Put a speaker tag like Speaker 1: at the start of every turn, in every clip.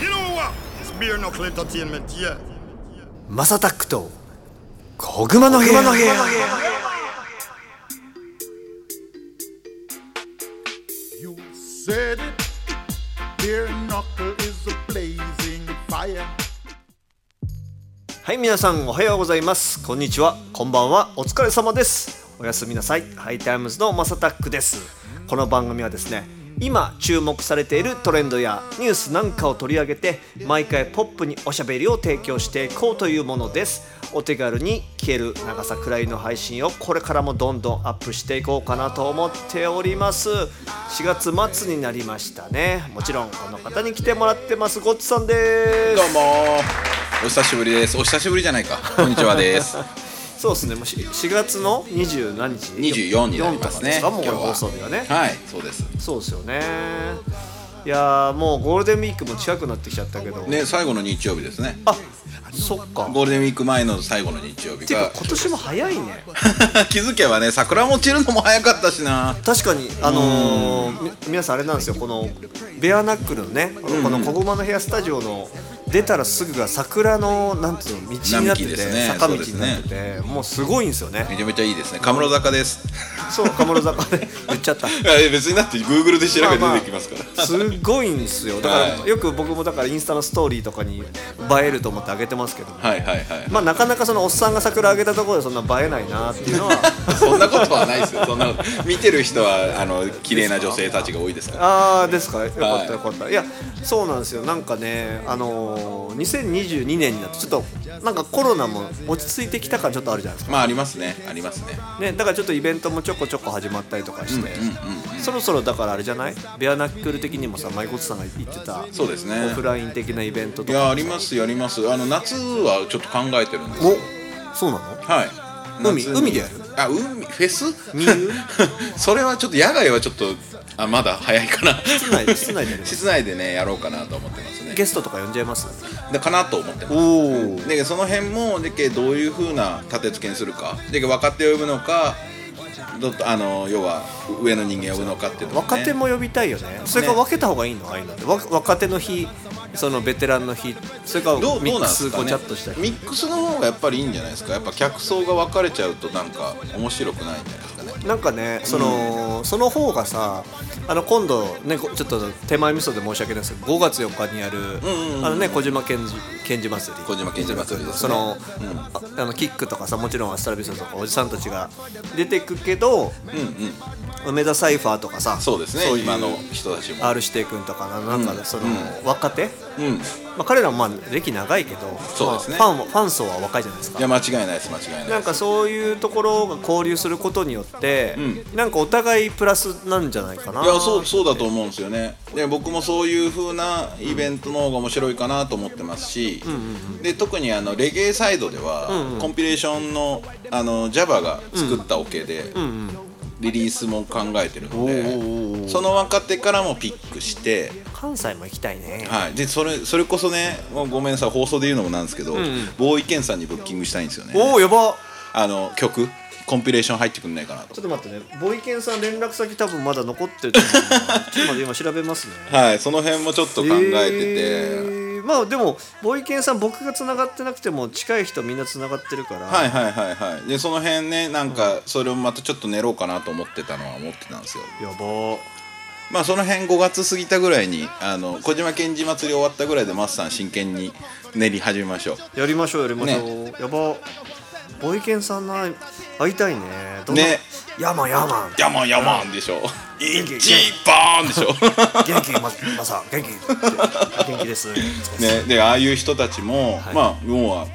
Speaker 1: You know what? It's beer knuckle entertainment, yeah.
Speaker 2: マサタックと小熊の部屋はい皆さんおはようございますこんにちはこんばんはお疲れ様ですおやすみなさいハイタイムズのマサタックですこの番組はですね今注目されているトレンドやニュースなんかを取り上げて毎回ポップにおしゃべりを提供していこうというものですお手軽に消える長さくらいの配信をこれからもどんどんアップしていこうかなと思っております4月末になりましたねもちろんこの方に来てもらってますごっつさんです
Speaker 3: どうもお久しぶりですお久しぶりじゃないかこんにちはです
Speaker 2: そうですね、もうし4月の20何日
Speaker 3: 24になります
Speaker 2: 4とかで
Speaker 3: ね
Speaker 2: すかもう
Speaker 3: 今日は
Speaker 2: 放送日がね、
Speaker 3: はいそうです
Speaker 2: そうですよねいやーもうゴールデンウィークも近くなってきちゃったけど、
Speaker 3: ね最後の日曜日ですね
Speaker 2: あそっか
Speaker 3: ゴールデンウィーク前の最後の日曜日
Speaker 2: ていう
Speaker 3: が
Speaker 2: か今年も早いね
Speaker 3: 気づけばね桜も散るのも早かったしな
Speaker 2: 確かにあのーみ皆さんあれなんですよこのベアナックルのねこの「こごまの部屋スタジオ」の出たらすぐが桜のなんつうの道になって
Speaker 3: 並木
Speaker 2: て、
Speaker 3: ですね
Speaker 2: 坂道
Speaker 3: そうです
Speaker 2: に
Speaker 3: ね
Speaker 2: なってて、もうすごいんですよね
Speaker 3: めちゃめちゃいいですねカムロ坂です
Speaker 2: そうカモロ坂で言っちゃった
Speaker 3: いや別になって Google で調べて出てきますから、
Speaker 2: すごいんですよだから、
Speaker 3: は
Speaker 2: よく僕もだからインスタのストーリーとかに映えると思ってあげてますけども、
Speaker 3: はいはいはい、
Speaker 2: まあなかなかそのおっさんが桜あげたところでそんな映えないなっていう のは
Speaker 3: そんなことはないですよそんなこと見てる人はあの綺麗な女性たちが多いですから
Speaker 2: ああですかよかったよかった、い、やそうなんですよなんかねあのー、2022年になってちょっとなんかコロナも落ち着いてきた感ちょっとあるじゃないですか
Speaker 3: まあありますねありますね
Speaker 2: ね、だからちょっとイベントもちょこちょこ始まったりとかして、そろそろだからあれじゃないベアナックル的にもさマイコツさんが言ってた
Speaker 3: そうですね
Speaker 2: オフライン的なイベント
Speaker 3: い
Speaker 2: とか
Speaker 3: やありますよありますあの夏はちょっと考えてるんですよ
Speaker 2: おそうなの
Speaker 3: はい
Speaker 2: 海
Speaker 3: 夏に
Speaker 2: 海でやる
Speaker 3: あ海フェス
Speaker 2: 民遊
Speaker 3: それはちょっと野外はちょっとあまだ早いかな室
Speaker 2: 内室内でやります
Speaker 3: 室内でねやろうかなと思ってますね
Speaker 2: ゲストとか呼んじゃいます
Speaker 3: でかなと思ってます
Speaker 2: おお
Speaker 3: でその辺もでけどういうふうな立て付けにするかでけ若手を呼ぶのかどあの要は上の人間を呼ぶのかっていうのもね、
Speaker 2: 若手も呼びたいよねそれから分けた方がいいのああいうのってわ若手の日そのベテランの日それから
Speaker 3: どう
Speaker 2: ミ
Speaker 3: どう
Speaker 2: ッ
Speaker 3: な
Speaker 2: ク
Speaker 3: ん
Speaker 2: ス
Speaker 3: です
Speaker 2: ご
Speaker 3: かね
Speaker 2: ちゃっとした日
Speaker 3: ミックスの方がやっぱりいいんじゃないですかやっぱ客層が分かれちゃうとなんか面白くないんじゃないですかね
Speaker 2: なんかねその、その方がさあの今度ねこちょっと手前味噌で申し訳ないですけど5月4日にやる、あのね小島健二健二祭り
Speaker 3: 小島健二祭りですね
Speaker 2: その、
Speaker 3: うん
Speaker 2: ああのキックとかさもちろんアストラビスとかおじさんたちが出てくけど
Speaker 3: うんうん
Speaker 2: 梅田サイファーとかさ
Speaker 3: そうですね
Speaker 2: いう
Speaker 3: 今の人たちも
Speaker 2: R 指定君とかななんかねその、
Speaker 3: う
Speaker 2: 若手
Speaker 3: うん
Speaker 2: まあ、彼らもまあ歴長いけど
Speaker 3: そうですね
Speaker 2: まあファンはファン層は若いじゃないです
Speaker 3: いや
Speaker 2: か。
Speaker 3: 間違いないです間違いないです
Speaker 2: なんかそういうところが交流することによって、
Speaker 3: うん
Speaker 2: なんかお互いプラスなんじゃないかない
Speaker 3: いやそうそうだと思うんですよねで僕もそういう風なイベントの方が面白いかなと思ってますし、で特にあのレゲエサイドでは、コンピレーションのあの JAVA が作ったオ、ケで、リリースも考えてるので、その若手からもピックして、
Speaker 2: 関西も行きたいね
Speaker 3: はい、でそれそれこそねもうごめんなさい放送で言うのもなんですけど、ボーイケンさんにブッキングしたいんですよね
Speaker 2: おおやば
Speaker 3: あの曲コンピレーション入ってくんないかなと
Speaker 2: ちょっと待ってねボイケンさん連絡先多分まだ残ってる と思うんだよなちょっと待って今調べますね
Speaker 3: はいその辺もちょっと考えてて、
Speaker 2: えーまあでもボイケンさん僕が繋がってなくても近い人みんな繋がってるから、
Speaker 3: はいはいはいはいでその辺ねなんかそれをまたちょっと練ろうかなと思ってたのは思ってたんですよ
Speaker 2: やば
Speaker 3: まあその辺5月過ぎたぐらいにあの小島健二祭り終わったぐらいでマスさん真剣に練り始めましょう
Speaker 2: やりましょうやりましょう、やばボイケンさんな会いたいねどんな
Speaker 3: ね
Speaker 2: ヤーマンヤーマン
Speaker 3: ヤマンヤマンでしょ
Speaker 2: いい
Speaker 3: 一番でしょ
Speaker 2: 元気ままさ元気元気です
Speaker 3: ねでああいう人たちも、
Speaker 2: はい
Speaker 3: まあ要は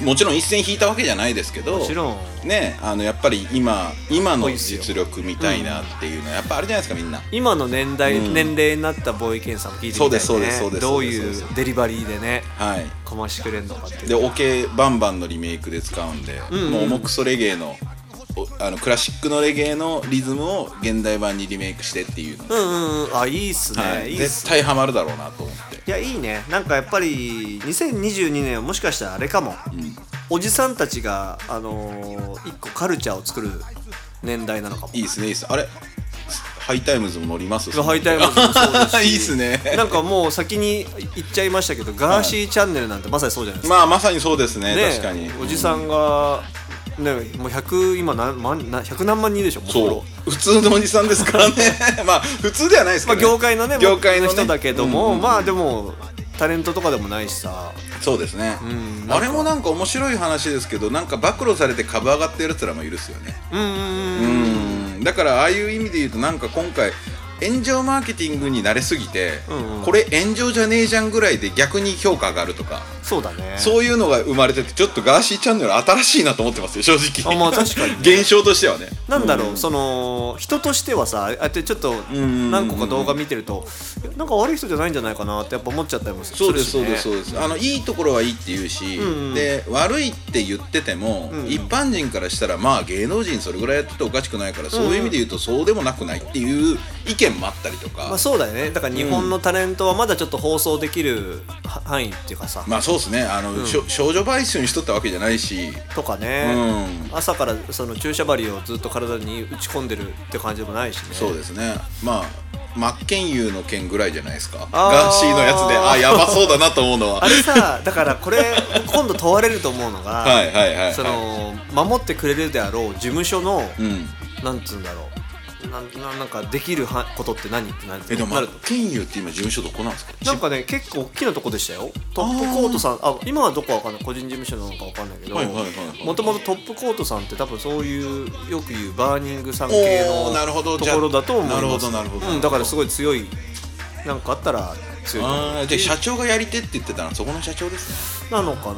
Speaker 3: もちろん一線引いたわけじゃないですけど
Speaker 2: もちろん
Speaker 3: ねあのやっぱり今今の
Speaker 2: いいっすよ
Speaker 3: 実力みたいなっていうのはやっぱあれじゃないですかみんな
Speaker 2: 今の年代、年齢になったボーイケンさんも聞いてみたい、ね、
Speaker 3: そうですそうですそうです
Speaker 2: どう
Speaker 3: そうです
Speaker 2: い
Speaker 3: そう
Speaker 2: デリバリーでね
Speaker 3: はい
Speaker 2: かましてくれんのかっていう
Speaker 3: でオケバンバンのリメイクで使うんで、もう重くそレゲエのおあのクラシックのレゲエのリズムを現代版にリメイクしてっていうの、
Speaker 2: うんうんうんあいいっすね、、
Speaker 3: は
Speaker 2: い
Speaker 3: いい、
Speaker 2: っす
Speaker 3: 絶対ハマるだろうなと思って
Speaker 2: いやいいねなんかやっぱり2022年はもしかしたらあれかも、おじさんたちがあのー一個カルチャーを作る年代なのかも
Speaker 3: いいですねいいですあれハイタイムズも乗ります
Speaker 2: ハイタイムズもそうですし
Speaker 3: いいっすね
Speaker 2: なんかもう先に言っちゃいましたけどガーシーチャンネルなんてまさにそうじゃないですか、
Speaker 3: まあまさにそうですね
Speaker 2: ね
Speaker 3: 確かに
Speaker 2: おじさんが、ね、もう100今何万な100何万人でしょもフォロ
Speaker 3: そ
Speaker 2: ー
Speaker 3: う普通のおじさんですからね まあ普通ではないです
Speaker 2: ま
Speaker 3: け
Speaker 2: あ、
Speaker 3: ど、ね
Speaker 2: 業界のね
Speaker 3: 業界のね
Speaker 2: 人だけども、まあでもタレントとかでもないしさ
Speaker 3: そうですね、
Speaker 2: ん
Speaker 3: あれもなんか面白い話ですけどなんか暴露されて株上がってるやつらもいるっすよね
Speaker 2: うんうん
Speaker 3: う
Speaker 2: うん
Speaker 3: んだからああいう意味で言うとなんか今回炎上マーケティングに慣れすぎて、
Speaker 2: うんうん
Speaker 3: これ炎上じゃねえじゃんぐらいで逆に評価上がるとか、
Speaker 2: そうだね
Speaker 3: そういうのが生まれててちょっとガーシーチャンネル新しいなと思ってますよ正 直
Speaker 2: あまあ確かに
Speaker 3: 現象としてはね
Speaker 2: なんだろう、その人としてはさああやってちょっと
Speaker 3: ん
Speaker 2: 何個か動画見てるといやなんか悪い人じゃないんじゃないかなってやっぱ思っちゃったりもする
Speaker 3: そうです
Speaker 2: し
Speaker 3: そう
Speaker 2: ね
Speaker 3: ですそうですあのいいところはいいって言うし、
Speaker 2: うん
Speaker 3: で悪いって言ってても、一般人からしたらまあ芸能人それぐらいやってておかしくないから、そういう意味で言うとそうでもなくないっていう意見もあったりとか、
Speaker 2: まあそうだよねだから日本のタレントはまだちょっと放送できるは範囲っていうかさ、
Speaker 3: まあそうですねあの、しょ少女売春しとったわけじゃないし
Speaker 2: とかね、朝からその注射針をずっと体に打ち込んでるって感じでもないしね
Speaker 3: そうですねまあ真剣佑の件ぐらいじゃないですか
Speaker 2: あー
Speaker 3: ガーシーのやつであやばそうだなと思う のは
Speaker 2: あれさだからこれ今度問われると思うのが、
Speaker 3: はいはいはいはい
Speaker 2: その守ってくれるであろう事務所の、
Speaker 3: うん
Speaker 2: なんつうんだろうなんななんかできるはことって何ってなる
Speaker 3: えでも
Speaker 2: な
Speaker 3: 真
Speaker 2: ると
Speaker 3: 剣佑って今事務所どこなんですか
Speaker 2: なんかね結構大きなとこでしたよトップコートさんあ今はどこかわかんない個人事務所なのかわかんないけど
Speaker 3: はいはいはいはい
Speaker 2: もともとトップコートさんって多分そういうよく言うバーニングさん系
Speaker 3: お
Speaker 2: の
Speaker 3: ーなるほど
Speaker 2: ところだと思います
Speaker 3: じゃあなるほどなるほど
Speaker 2: うん、だからすごい強いなんかあったら強いと思う
Speaker 3: あーじゃあ社長がやりてって言ってたのはそこの社長ですね
Speaker 2: なのか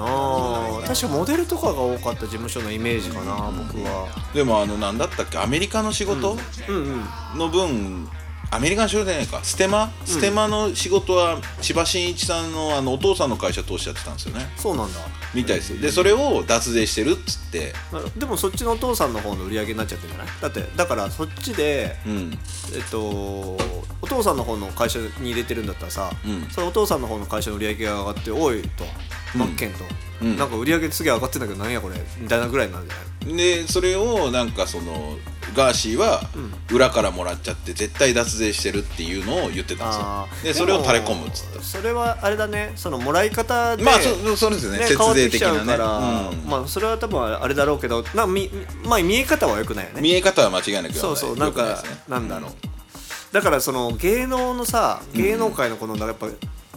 Speaker 2: な確かモデルとかが多かった事務所のイメージかな僕は
Speaker 3: でもあの何だったっけアメリカの仕事
Speaker 2: うんうん
Speaker 3: の分、アメリカの仕事じゃないかステマステマの仕事は千葉真一さんのあのお父さんの会社通してやってたんですよね
Speaker 2: そうなんだ
Speaker 3: みたいですよでそれを脱税してるっつって
Speaker 2: なるでもそっちのお父さんの方の売り上げになっちゃってるんじゃないだってだからそっちで
Speaker 3: うん
Speaker 2: えっとお父さんの方の会社に入れてるんだったらさ、
Speaker 3: うん
Speaker 2: それお父さんの方の会社の売り上げが上がっておいとマッケンと、
Speaker 3: うん
Speaker 2: なんか売り上げ次上がってんだけどなんやこれみたいなぐらいになるんじゃない
Speaker 3: でそれをなんかそのガーシーは裏からもらっちゃって絶対脱税してるっていうのを言ってた
Speaker 2: あ
Speaker 3: ん
Speaker 2: ー
Speaker 3: ですよでそれを垂れ込むっつった
Speaker 2: でもそれはあれだねそのもらい方で
Speaker 3: まあそそうですよね
Speaker 2: ね、変わ
Speaker 3: 節
Speaker 2: っ
Speaker 3: 税
Speaker 2: てき
Speaker 3: 的
Speaker 2: ちゃ
Speaker 3: な
Speaker 2: う
Speaker 3: ね
Speaker 2: から、
Speaker 3: うん
Speaker 2: まあそれは多分あれだろうけどなみまあ見え方は良くないよね
Speaker 3: 見え方は間違いなく
Speaker 2: そうそうなん
Speaker 3: 良くいで
Speaker 2: か
Speaker 3: すね
Speaker 2: なんだろうだからその芸能のさ芸能界のこのやっぱ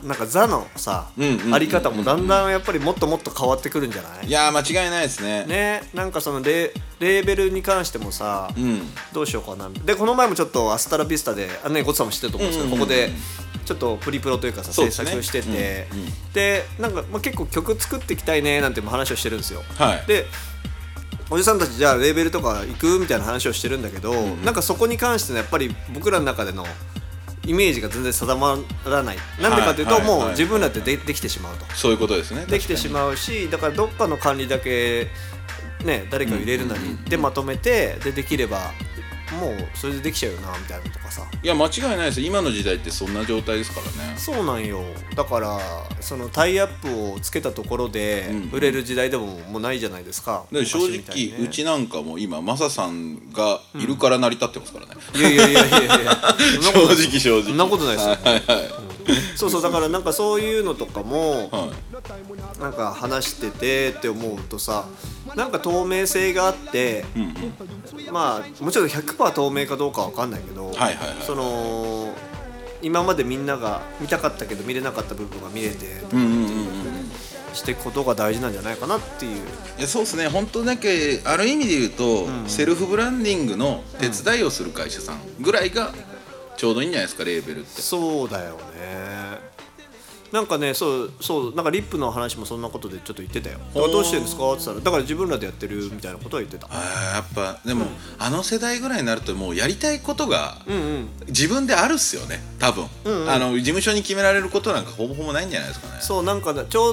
Speaker 2: なんか座のさ
Speaker 3: うんうんうんうん
Speaker 2: あり方もだんだんやっぱりもっともっと変わってくるんじゃないい
Speaker 3: やー間違いないですね
Speaker 2: ねなんかそのレレーベルに関してもさ、
Speaker 3: うん
Speaker 2: どうしようかなでこの前もちょっと「アスタラビスタで」あねゴッツさんも知ってると思うんですけど、
Speaker 3: うんうんうん
Speaker 2: ここでちょっとプリプロというかさ
Speaker 3: そう
Speaker 2: 制
Speaker 3: ですね
Speaker 2: 作をしてて、
Speaker 3: うんうん
Speaker 2: でなんか、まあ、結構曲作っていきたいねなんても話をしてるんですよ、
Speaker 3: はい
Speaker 2: でおじさんたちじゃあレーベルとか行くみたいな話をしてるんだけど、なんかそこに関してのやっぱり僕らの中でのイメージが全然定まらないなんでかというと、
Speaker 3: はいはいはい
Speaker 2: もう自分らってでできてしまうと
Speaker 3: そういうことですね
Speaker 2: できてしまうしだからどっかの管理だけ、ね、誰かを入れるなりでまとめてでできればもうそれでできちゃうよなみたいなのとかさ
Speaker 3: いや間違いないです今の時代ってそんな状態ですからね
Speaker 2: そうなんよだからそのタイアップをつけたところで
Speaker 3: うん
Speaker 2: 売れる時代でももうないじゃないですか
Speaker 3: で正
Speaker 2: 昔みたい
Speaker 3: 直
Speaker 2: にね
Speaker 3: うちなんかも今マサさんがいるから成り立ってますからね、
Speaker 2: いやいやいやいやいや
Speaker 3: 正直正直
Speaker 2: そんなことないですよ
Speaker 3: はいはい
Speaker 2: そうそうだからなんかそういうのとかも
Speaker 3: はい、
Speaker 2: なんか話しててって思うとさなんか透明性があって、
Speaker 3: うんうん、
Speaker 2: まあもちろん100%透明かどうかわかんないけど、
Speaker 3: はいはいはい
Speaker 2: その今までみんなが見たかったけど見れなかった部分が見れて
Speaker 3: うんうんうんうん
Speaker 2: していくことが大事なんじゃないかなっていう
Speaker 3: いやそうですね本当だけある意味で言うと、セルフブランディングの手伝いをする会社さんぐらいがちょうどいいんじゃないですかレーベルって
Speaker 2: そうだよねなんかねそうそうなんかリップの話もそんなことでちょっと言ってたよ「だからどうしてるんですか?」って言ったら「だから自分らでやってる」みたいなことは言ってた
Speaker 3: あーやっぱでも、あの世代ぐらいになるともうやりたいことが
Speaker 2: うんうん
Speaker 3: 自分であるっすよね多分、あの事務所に決められることなんかほぼほぼないんじゃないですかね
Speaker 2: そうなんかちょ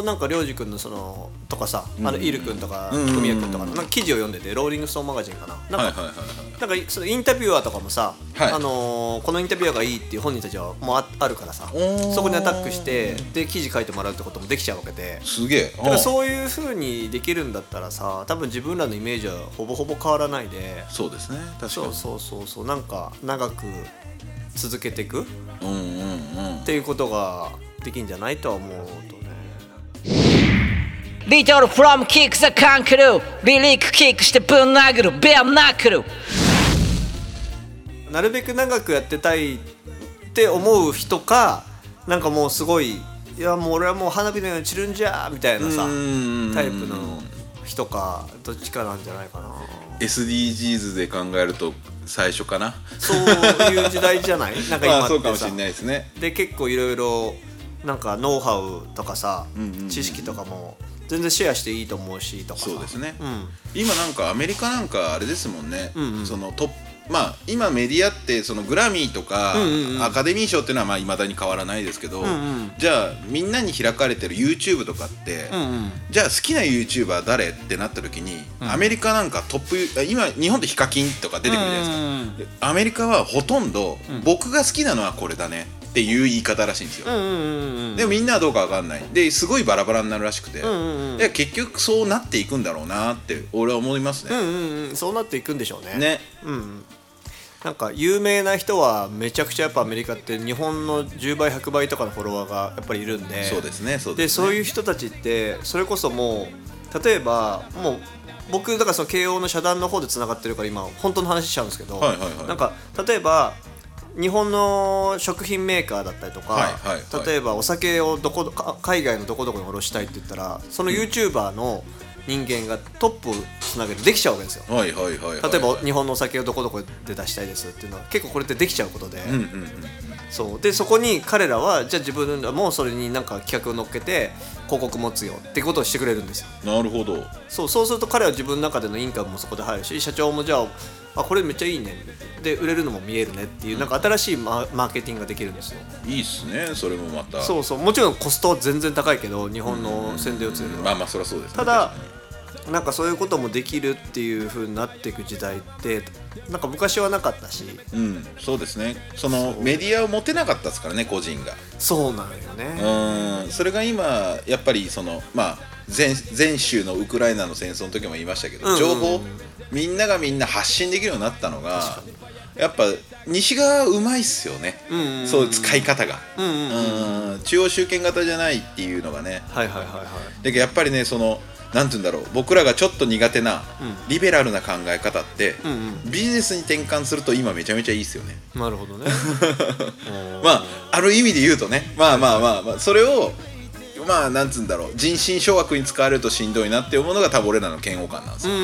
Speaker 2: うどなんか良二君のそのとかさあのイル君とか
Speaker 3: うんうん
Speaker 2: 文也君とかのなんか記事を読んでて「ローリング・ストーン・マガジン」かな
Speaker 3: は
Speaker 2: ないん
Speaker 3: はい
Speaker 2: か
Speaker 3: はいはい
Speaker 2: なんかそのインタビュアーとかもさ、
Speaker 3: はい
Speaker 2: あのーこのインタビュアーがいいっていう本人たちはもうああるからさ
Speaker 3: おー
Speaker 2: そこにアタッックしてで記事書いてもらうってこともできちゃうわけで。
Speaker 3: すげえ
Speaker 2: だから
Speaker 3: うん
Speaker 2: そういう風にできるんだったらさ多分自分らのイメージはほぼほぼ変わらないで
Speaker 3: そうですね確か
Speaker 2: そう
Speaker 3: に
Speaker 2: そうそうそうなんか長く続けていくっ
Speaker 3: うんうんうん
Speaker 2: ていうことができんじゃないとは思うとね
Speaker 4: Little from kick the kangaroo リリックキックしてぶん殴るベアナックル
Speaker 2: なるべく長くやってたいって思う人かなんかもうすごいいやもう俺はもう花火のように散るんじゃみたいなさ
Speaker 3: うん
Speaker 2: タイプの人かどっちかなんじゃないかな
Speaker 3: SDGs で考えると最初かな
Speaker 2: そういう時代じゃない なんか
Speaker 3: ま
Speaker 2: 今
Speaker 3: あ
Speaker 2: っ
Speaker 3: そうか
Speaker 2: て
Speaker 3: もし
Speaker 2: さ
Speaker 3: れないですね
Speaker 2: で結構いろいろなんかノウハウとかさ、知識とかも全然シェアしていいと思うしとかさ
Speaker 3: そうですね、
Speaker 2: ん
Speaker 3: 今なんかアメリカなんかあれですもんね、そのトップまあ今メディアってそのグラミーとかアカデミー賞っていうのはまあ未だに変わらないですけど、じゃあみんなに開かれてる YouTube とかって、じゃあ好きな YouTuber 誰ってなった時に、アメリカなんかトップあ今日本でヒカキンとか出てくるじゃないですか、でアメリカはほとんど僕が好きなのはこれだねっていう言い方らしいんですよ、でもみんなはどうかわかんないですごいバラバラになるらしくて、で結局そうなっていくんだろうなって俺は思います
Speaker 2: う
Speaker 3: ね、
Speaker 2: んうんうんそうなっていくんでしょうね
Speaker 3: ね
Speaker 2: なんか有名な人はめちゃくちゃやっぱアメリカって日本の10倍100倍とかのフォロワーがやっぱりいるんで
Speaker 3: そうですねそう
Speaker 2: で
Speaker 3: です
Speaker 2: そう
Speaker 3: ね
Speaker 2: いう人たちってそれこそもう例えばもう僕だからその慶応の社団の方でつながってるから今本当の話しちゃうんですけど、
Speaker 3: はいはいはい
Speaker 2: なんか例えば日本の食品メーカーだったりとか、
Speaker 3: はいはいはい
Speaker 2: 例えばお酒をどこどか海外のどこどこに卸したいって言ったらその YouTuber の人間がトップをつなげてできちゃうわけですよ。
Speaker 3: はいはいはいはいはい
Speaker 2: 例えば日本のお酒をどこどこで出したいですっていうのは結構これってできちゃうことで、
Speaker 3: うんうんうん
Speaker 2: そうでそこに彼らはじゃあ自分らもそれになんか企画を乗っけて広告持つよってことをしてくれるんですよ
Speaker 3: なるほど
Speaker 2: そうそうすると彼は自分の中でのインカムもそこで入るし社長もじゃああこれめっちゃいいねで売れるのも見えるねっていうなんか新しいママーケティングができるんですよ
Speaker 3: いいっすねそれもまた
Speaker 2: そうそうもちろんコストは全然高いけど日本の宣伝をつけるの
Speaker 3: まあ
Speaker 2: は
Speaker 3: まあそりゃそうですね
Speaker 2: ただ
Speaker 3: 確かに
Speaker 2: なんかそういうこともできるっていう風になっていく時代ってなんか昔はなかったし
Speaker 3: うんそうですねそのメディアを持てなかったですからね個人が
Speaker 2: そうなんよね、
Speaker 3: うんそれが今やっぱりそのまあ前前週のウクライナの戦争の時も言いましたけど、
Speaker 2: うんうん
Speaker 3: 情報みんながみんな発信できるようになったのがやっぱ西側うまいっすよね、
Speaker 2: んうんうん
Speaker 3: そういう使い方が、
Speaker 2: うんうんうん
Speaker 3: うん中央集権型じゃないっていうのがね
Speaker 2: はいはいはいはい
Speaker 3: だけどやっぱりねそのなんて言うんだろう僕らがちょっと苦手なリベラルな考え方って、
Speaker 2: ん
Speaker 3: ビジネスに転換すると今めちゃめちゃいいっすよね
Speaker 2: なるほどね
Speaker 3: まあある意味で言うとねまあまあまあ、まあ、それをまあなんつうんだろう人心掌握に使われるとしんどいなって思うのが多分俺らの嫌悪感なんですよ、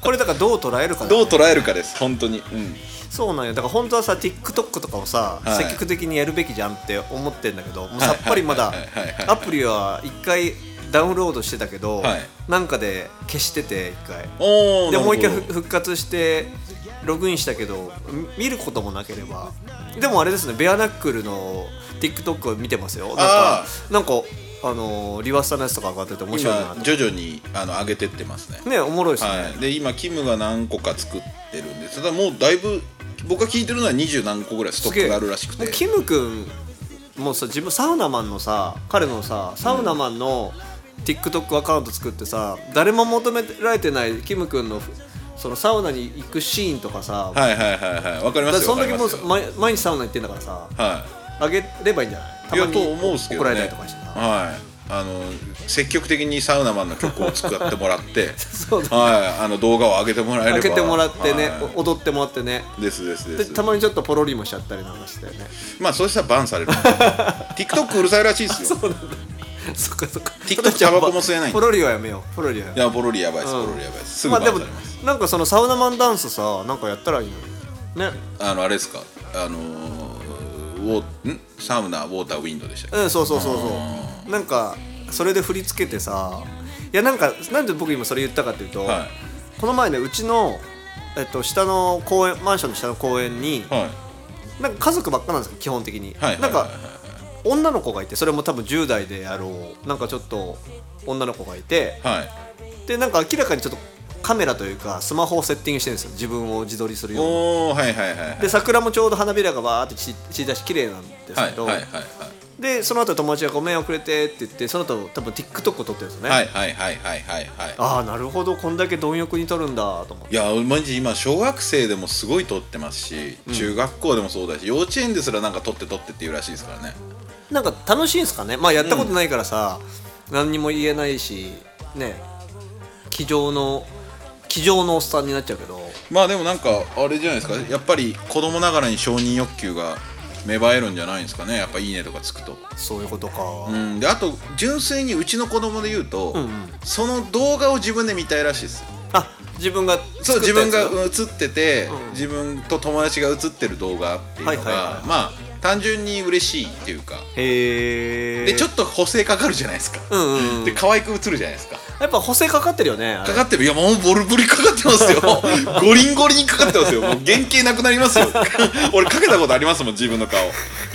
Speaker 2: これだからどう捉えるかだ
Speaker 3: ど
Speaker 2: よ
Speaker 3: う捉えるかです本当に、うん、
Speaker 2: そうなんよだから本当はさ TikTok とかをさ、
Speaker 3: はい
Speaker 2: 積極的にやるべきじゃんって思ってんだけどもうさっぱりまだ
Speaker 3: はいはいはいはいはい
Speaker 2: アプリは一回ダウンロードしてたけど、
Speaker 3: はい
Speaker 2: なんかで消してて一回
Speaker 3: おお
Speaker 2: でもう一回ふ復活してログインしたけどみ見ることもなければでもあれですねベアナックルの TikTok を見てますよなんか
Speaker 3: あ
Speaker 2: なんかあのーリワスタのやつとか上がってて面白いな
Speaker 3: 今
Speaker 2: と
Speaker 3: 徐々にあの上げてってますね
Speaker 2: ねおもろいですね、
Speaker 3: はい、で今キムが何個か作ってるんでただもうだいぶ僕が聞いてるのは二十何個ぐらいストックがあるらしくて
Speaker 2: もうキム君もうさ自分サウナマンのさ彼のさサウナマンの TikTok アカウント作ってさ誰も求められてないキム君のそのサウナに行くシーンとかさ、
Speaker 3: はいはいはいはいわかり
Speaker 2: だ
Speaker 3: ま
Speaker 2: から
Speaker 3: すよ
Speaker 2: その時も
Speaker 3: わかり
Speaker 2: う
Speaker 3: ます
Speaker 2: 毎
Speaker 3: よ
Speaker 2: 毎日サウナ行ってんだからさ
Speaker 3: は
Speaker 2: あげればいいんじゃない
Speaker 3: い
Speaker 2: た
Speaker 3: い
Speaker 2: ま
Speaker 3: や
Speaker 2: に
Speaker 3: と思うんですけど
Speaker 2: 怒
Speaker 3: ね
Speaker 2: られたりとかしてな
Speaker 3: はいあの積極的にサウナマンの曲を使ってもらって
Speaker 2: そうだ
Speaker 3: はいあの動画を上げてもらえれば
Speaker 2: 開けてもらってね、
Speaker 3: は
Speaker 2: お踊ってもらってね
Speaker 3: いですですで
Speaker 2: ですたまにちょっとポロリもしちゃったりなんかしてね
Speaker 3: まあそうしたらバンされる TikTok うるさいらしいですよ
Speaker 2: そっかそっか
Speaker 3: TikTok タバコも吸えないんだ
Speaker 2: ポロリはやめようポロリはやめよう
Speaker 3: いやポロリやばいです、
Speaker 2: うん
Speaker 3: ポロリやばいですすぐ
Speaker 2: まあ
Speaker 3: バン
Speaker 2: で
Speaker 3: され
Speaker 2: も
Speaker 3: ます、
Speaker 2: なんかそのサウナマンダンスさなんかやったらいいのにね
Speaker 3: あのあれですかあのーウォーんサウナウォーターウィンドウでしたっけ
Speaker 2: うんそうそうそうそうなんかそれで振り付けてさいやなんかなんで僕今それ言ったかっていうと、
Speaker 3: は
Speaker 2: この前ねうちの、えっと、下の公園マンションの下の公園に、
Speaker 3: いはい
Speaker 2: なんか家族ばっかなんですよ基本的に、
Speaker 3: はいはいはいはい
Speaker 2: なんか女の子がいてそれも多分10代であろうなんかちょっと女の子がいて
Speaker 3: はい
Speaker 2: でなんか明らかにちょっとカメラというかスマホをセッティングしてるんですよ自分を自撮りするように
Speaker 3: おおはいはいはいはい
Speaker 2: で桜もちょうど花びらがわーって散散り出して綺麗なんです
Speaker 3: は
Speaker 2: け
Speaker 3: い
Speaker 2: ど、
Speaker 3: はいはいはい
Speaker 2: でその後友達が「ごめん遅れて」って言ってその後多分 TikTok を撮ってるんですよね、
Speaker 3: はいはいはいはいはいはい
Speaker 2: ああなるほどこんだけ貪欲に撮るんだと思って
Speaker 3: いやマジ今小学生でもすごい撮ってますし、中学校でもそうだし幼稚園ですらなんか撮って撮ってっていうらしいですからね
Speaker 2: なんか楽しいんですかねまあやったことないからさ、何にも言えないしね机上の机上のおっさんになっちゃうけど
Speaker 3: まあでもなんかあれじゃないですかやっぱり子供ながらに承認欲求が芽生えるんじゃないんですかねやっぱ「いいね」とかつくと、
Speaker 2: そういうことか、
Speaker 3: うん、であと純粋にうちの子供で言うと、その動画を自分で見たいらしいです
Speaker 2: あ自分が
Speaker 3: そう
Speaker 2: 作った
Speaker 3: 自
Speaker 2: やつ
Speaker 3: 分が映ってて、自分と友達が映ってる動画っていうの
Speaker 2: はい
Speaker 3: が、
Speaker 2: はいはい
Speaker 3: まあ単純に嬉しいっていうか
Speaker 2: へえ
Speaker 3: でちょ
Speaker 2: と
Speaker 3: っと補正かかるじゃないですか、
Speaker 2: うんうんうん
Speaker 3: で可愛く映るじゃないですか
Speaker 2: やっぱ補正かかってるよねあれ
Speaker 3: かかってるいやもうボルブリかかってますよ ゴリンゴリにかかってますよもう原型なくなりますよ 俺かけたことありますもん自分の顔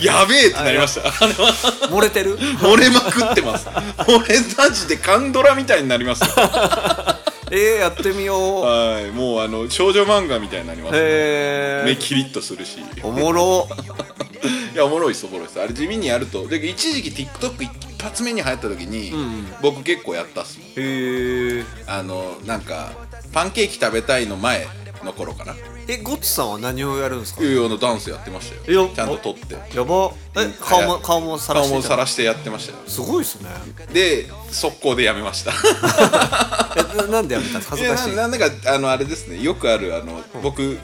Speaker 3: やべえってなりました あれは
Speaker 2: 漏れて る
Speaker 3: 漏れまくってます俺マジでカンドラみたいになりますよ
Speaker 2: えー、やってみよう
Speaker 3: はいもうあの少女漫画みたいになりますね
Speaker 2: へ
Speaker 3: 目
Speaker 2: え
Speaker 3: キリッとするしい
Speaker 2: おもろ
Speaker 3: やおもろいですおもろいですあれ地味にやるとで一時期 TikTok 一発目に流行った時に、僕結構やったっすもん
Speaker 2: へえ
Speaker 3: あのなんかパンケーキ食べたいの前の頃かな
Speaker 2: えゴッツさんは何をやるんですか
Speaker 3: いうようなダンスやってました
Speaker 2: い
Speaker 3: よ
Speaker 2: や
Speaker 3: ちゃんと撮って
Speaker 2: やばえ顔
Speaker 3: は
Speaker 2: も
Speaker 3: い
Speaker 2: 顔もさら
Speaker 3: 顔
Speaker 2: して
Speaker 3: も
Speaker 2: た
Speaker 3: さらしてやってましたよ
Speaker 2: すごいですね
Speaker 3: で速攻でやめました
Speaker 2: えななんでやめたんですか恥ずかしい
Speaker 3: いやななんかあのあれですねよくあるあの僕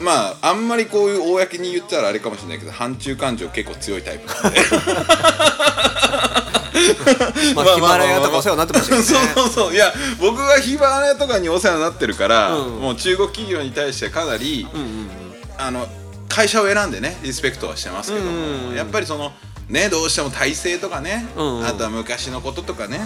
Speaker 3: まああんまりこういう公に言ったらあれかもしれないけど反中感情結構強いタイプなんで
Speaker 2: まあヒマラヤとかお世話になってましたけどね
Speaker 3: そうそうそういや僕がヒマラヤとかにお世話になってるから、
Speaker 2: うん
Speaker 3: もう中国企業に対してかなり、あの会社を選んでねリスペクトはしてますけども、
Speaker 2: うんうんうん
Speaker 3: やっぱりそのねどうしても体制とかね、
Speaker 2: うんうん
Speaker 3: あとは昔のこととかね、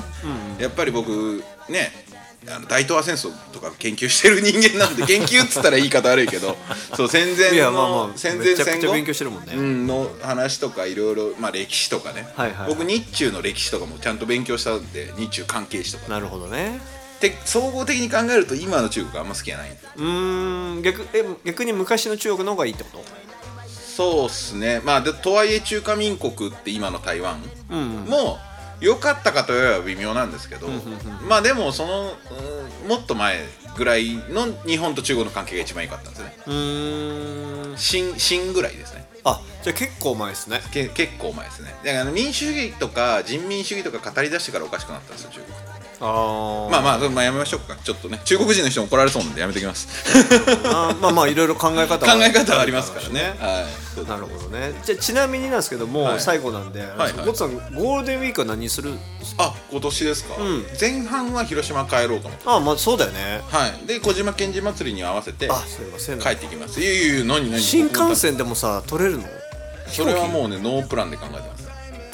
Speaker 3: やっぱり僕ねあの大東亜戦争とか研究してる人間なんで研究っつったら言い方悪いけどそう戦前
Speaker 2: いやまあ
Speaker 3: の
Speaker 2: まあ
Speaker 3: 戦前
Speaker 2: めちゃく
Speaker 3: 戦
Speaker 2: ちゃ
Speaker 3: 後
Speaker 2: 勉強してるもんね
Speaker 3: うんの話とかいろいろまあ歴史とかね、
Speaker 2: はいはいはい
Speaker 3: 僕日中の歴史とかもちゃんと勉強したんで日中関係史とか
Speaker 2: なるほどね
Speaker 3: で総合的に考えると今の中国あんま好きじゃないんですよ
Speaker 2: うーん逆え逆に昔の中国の方がいいってこと
Speaker 3: そうっすねまあでとはいえ中華民国って今の台湾
Speaker 2: うんうん
Speaker 3: も良かったかといえば微妙なんですけど、まあでもその、うんもっと前ぐらいの日本と中国の関係が一番良かったんですね
Speaker 2: うーん
Speaker 3: 新新ぐらいですね
Speaker 2: あじゃあ結構前ですね
Speaker 3: け結構前ですねだからあの民主主義とか人民主義とか語り出してからおかしくなったんですよ中国
Speaker 2: あー
Speaker 3: まあまあ、まあ、やめましょうかちょっとね中国人の人も怒られそうなんでやめてきます
Speaker 2: あーまあまあいろいろ考え方
Speaker 3: 考え方はありますからねはいそう
Speaker 2: なるほどねじゃあちなみになんですけども、
Speaker 3: はい
Speaker 2: 最後なんで、
Speaker 3: はい
Speaker 2: ゴッツさんゴールデンウィークは何するんですか
Speaker 3: あ今年ですか、
Speaker 2: ん
Speaker 3: 前半は広島帰ろうかも
Speaker 2: あまあそうだよね
Speaker 3: はいで小島健二祭りに合わせて
Speaker 2: あそういえばそういうの
Speaker 3: 帰ってきますいやいやいや何何
Speaker 2: 新幹線でもさ取れるの
Speaker 3: それはもうねノープランで考えてます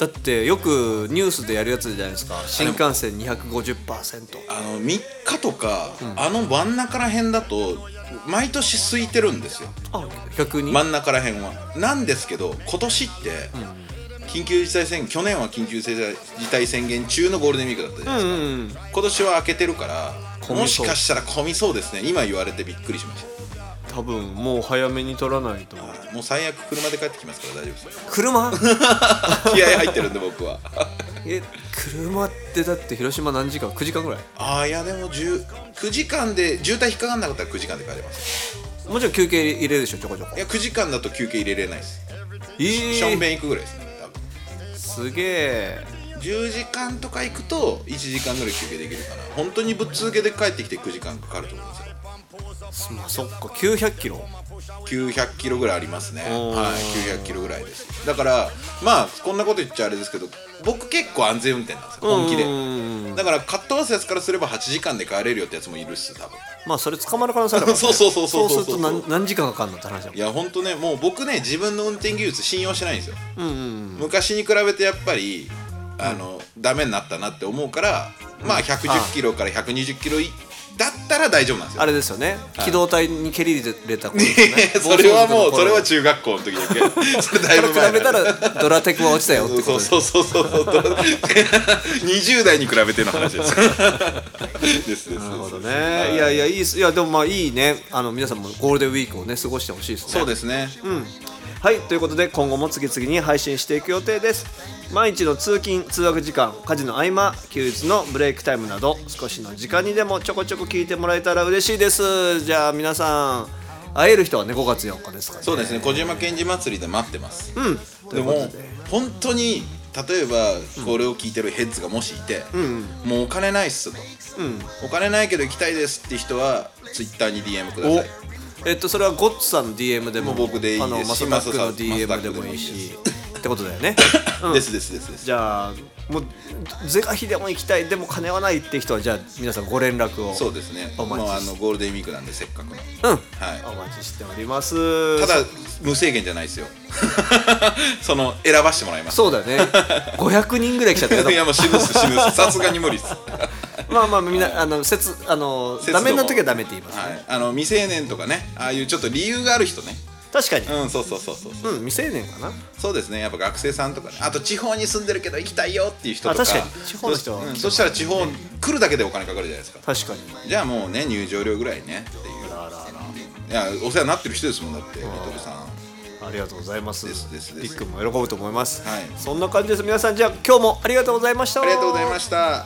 Speaker 2: だってよくニュースでやるやつじゃないですか新幹線250%
Speaker 3: あの3日とか、あの真ん中ら辺だと毎年空いてるんですよ
Speaker 2: あ逆に、
Speaker 3: 真ん中ら辺はなんですけど今年って緊急事態宣言去年は緊急事態宣言中のゴールデンウィークだったじゃないで
Speaker 2: う
Speaker 3: すか、
Speaker 2: んうん
Speaker 3: 今年は明けてるから
Speaker 2: 混みそう
Speaker 3: もしかしたら混みそうですね今言われてびっくりしまし
Speaker 2: 多分もう早めに取らないと
Speaker 3: たもう最悪車で帰ってきますから大丈夫ですよ
Speaker 2: 車
Speaker 3: 気合入ってるんで僕は
Speaker 2: え車ってだって広島何時間9時間ぐらい
Speaker 3: ああいやでも10 9時間で渋滞引っかかんなかったら9時間で帰れます
Speaker 2: もちろん休憩入れるでしょちょこちょこ
Speaker 3: いや9時間だと休憩入れれないです
Speaker 2: え
Speaker 3: しょん
Speaker 2: ー、
Speaker 3: べん行くぐらいですね多分
Speaker 2: すげえ
Speaker 3: 10時間とか行くと1時間ぐらい休憩できるかな本当にぶっ続けで帰ってきて9時間かかると思うんですよ
Speaker 2: そまあそっか900キロ
Speaker 3: 900キロぐらいありますね
Speaker 2: おー
Speaker 3: はい900キロぐらいですだからまあこんなこと言っちゃあれですけど僕結構安全運転なんですよ本気
Speaker 2: うん
Speaker 3: で
Speaker 2: うんうん
Speaker 3: だからカット合わせやつからすれば8時間で帰れるよってやつもいるっす多分
Speaker 2: まあそれ捕まる可能性あるから、ね、
Speaker 3: そうそうそうそう
Speaker 2: そ
Speaker 3: そうう
Speaker 2: すると何何時間かかるのって話だもん
Speaker 3: いや本当ねもう僕ね自分の運転技術信用してないんですよ
Speaker 2: うんうん
Speaker 3: 昔に比べてやっぱりあの、ダメになったなって思うからまあ110キロから120キロだったら大丈夫なんですよ
Speaker 2: あれですよね機動隊に蹴り入れた頃ですよね
Speaker 3: いや それはも
Speaker 2: 暴走族の
Speaker 3: う
Speaker 2: 頃
Speaker 3: それは中学校の時だけ それだい
Speaker 2: それ
Speaker 3: ぶ前
Speaker 2: 比べたら ドラテクは落ちたよってこと
Speaker 3: そう
Speaker 2: です
Speaker 3: そうそうそうそう20代に比べての話ですですですです
Speaker 2: なるほどね、、
Speaker 3: はい
Speaker 2: やいやいいですいやでもまあいいねあの皆さんもゴールデンウィークをね過ごしてほしいですね
Speaker 3: そうですね、
Speaker 2: はいということで今後も次々に配信していく予定です毎日の通勤通学時間家事の合間休日のブレイクタイムなど少しの時間にでもちょこちょこ聞いてもらえたら嬉しいですじゃあ皆さん会える人はね5月4日ですから、ね、
Speaker 3: そうですね小島健二祭りで待ってます、
Speaker 2: うんとい
Speaker 3: で
Speaker 2: うこと
Speaker 3: も本当に例えばこれを聞いてるヘッズがもしいて、もうお金ないっすと、お金ないけど行きたいですって人はツイッターに DM ください
Speaker 2: おえっとそれはゴッツさんの DM でも
Speaker 3: もう僕でいいです
Speaker 2: あのマサ
Speaker 3: し
Speaker 2: タックの
Speaker 3: マサタッ
Speaker 2: DM
Speaker 3: ク
Speaker 2: で
Speaker 3: で
Speaker 2: も
Speaker 3: も
Speaker 2: い
Speaker 3: い
Speaker 2: い
Speaker 3: いし
Speaker 2: しってことだよね
Speaker 3: ですですですです
Speaker 2: じゃあもう是が非でも行きたいでも金はないって人はじゃあ皆さんご連絡を
Speaker 3: そうですね
Speaker 2: お
Speaker 3: もう
Speaker 2: 待ち
Speaker 3: あ
Speaker 2: し
Speaker 3: のゴールデンウィークなんでせっかくの、
Speaker 2: うん
Speaker 3: はい
Speaker 2: お待ちしております
Speaker 3: ただ無制限じゃないですよ その選ばしてもらいます
Speaker 2: そうだよ ね500人ぐらい来ちゃったよ
Speaker 3: いやもう死ぬっす死ぬっすさすがに無理 っすは
Speaker 2: まあまあみんなあのせつあの
Speaker 3: 節度
Speaker 2: ダ
Speaker 3: も
Speaker 2: メな時はダメって言います、
Speaker 3: いあの未成年とかねああいうちょっと理由がある人ね
Speaker 2: 確かに
Speaker 3: うんそうそうそうそう
Speaker 2: うん未成年かな
Speaker 3: そうですねやっぱ学生さんとかねあと地方に住んでるけど行きたいよっていう人とか
Speaker 2: あ確かに地方の人は
Speaker 3: そ,、うん、そしたら地方来るだけでお金かかるじゃないですか
Speaker 2: 確かに
Speaker 3: じゃあもうね入場料ぐらいねっていういやお世話になってる人ですもんだってリトルさん
Speaker 2: ありがとうございます
Speaker 3: ですですです
Speaker 2: ビッグも喜ぶと思います、
Speaker 3: はい
Speaker 2: そんな感じです皆さんじゃあ今日もありがとうございました
Speaker 3: ありがとうございました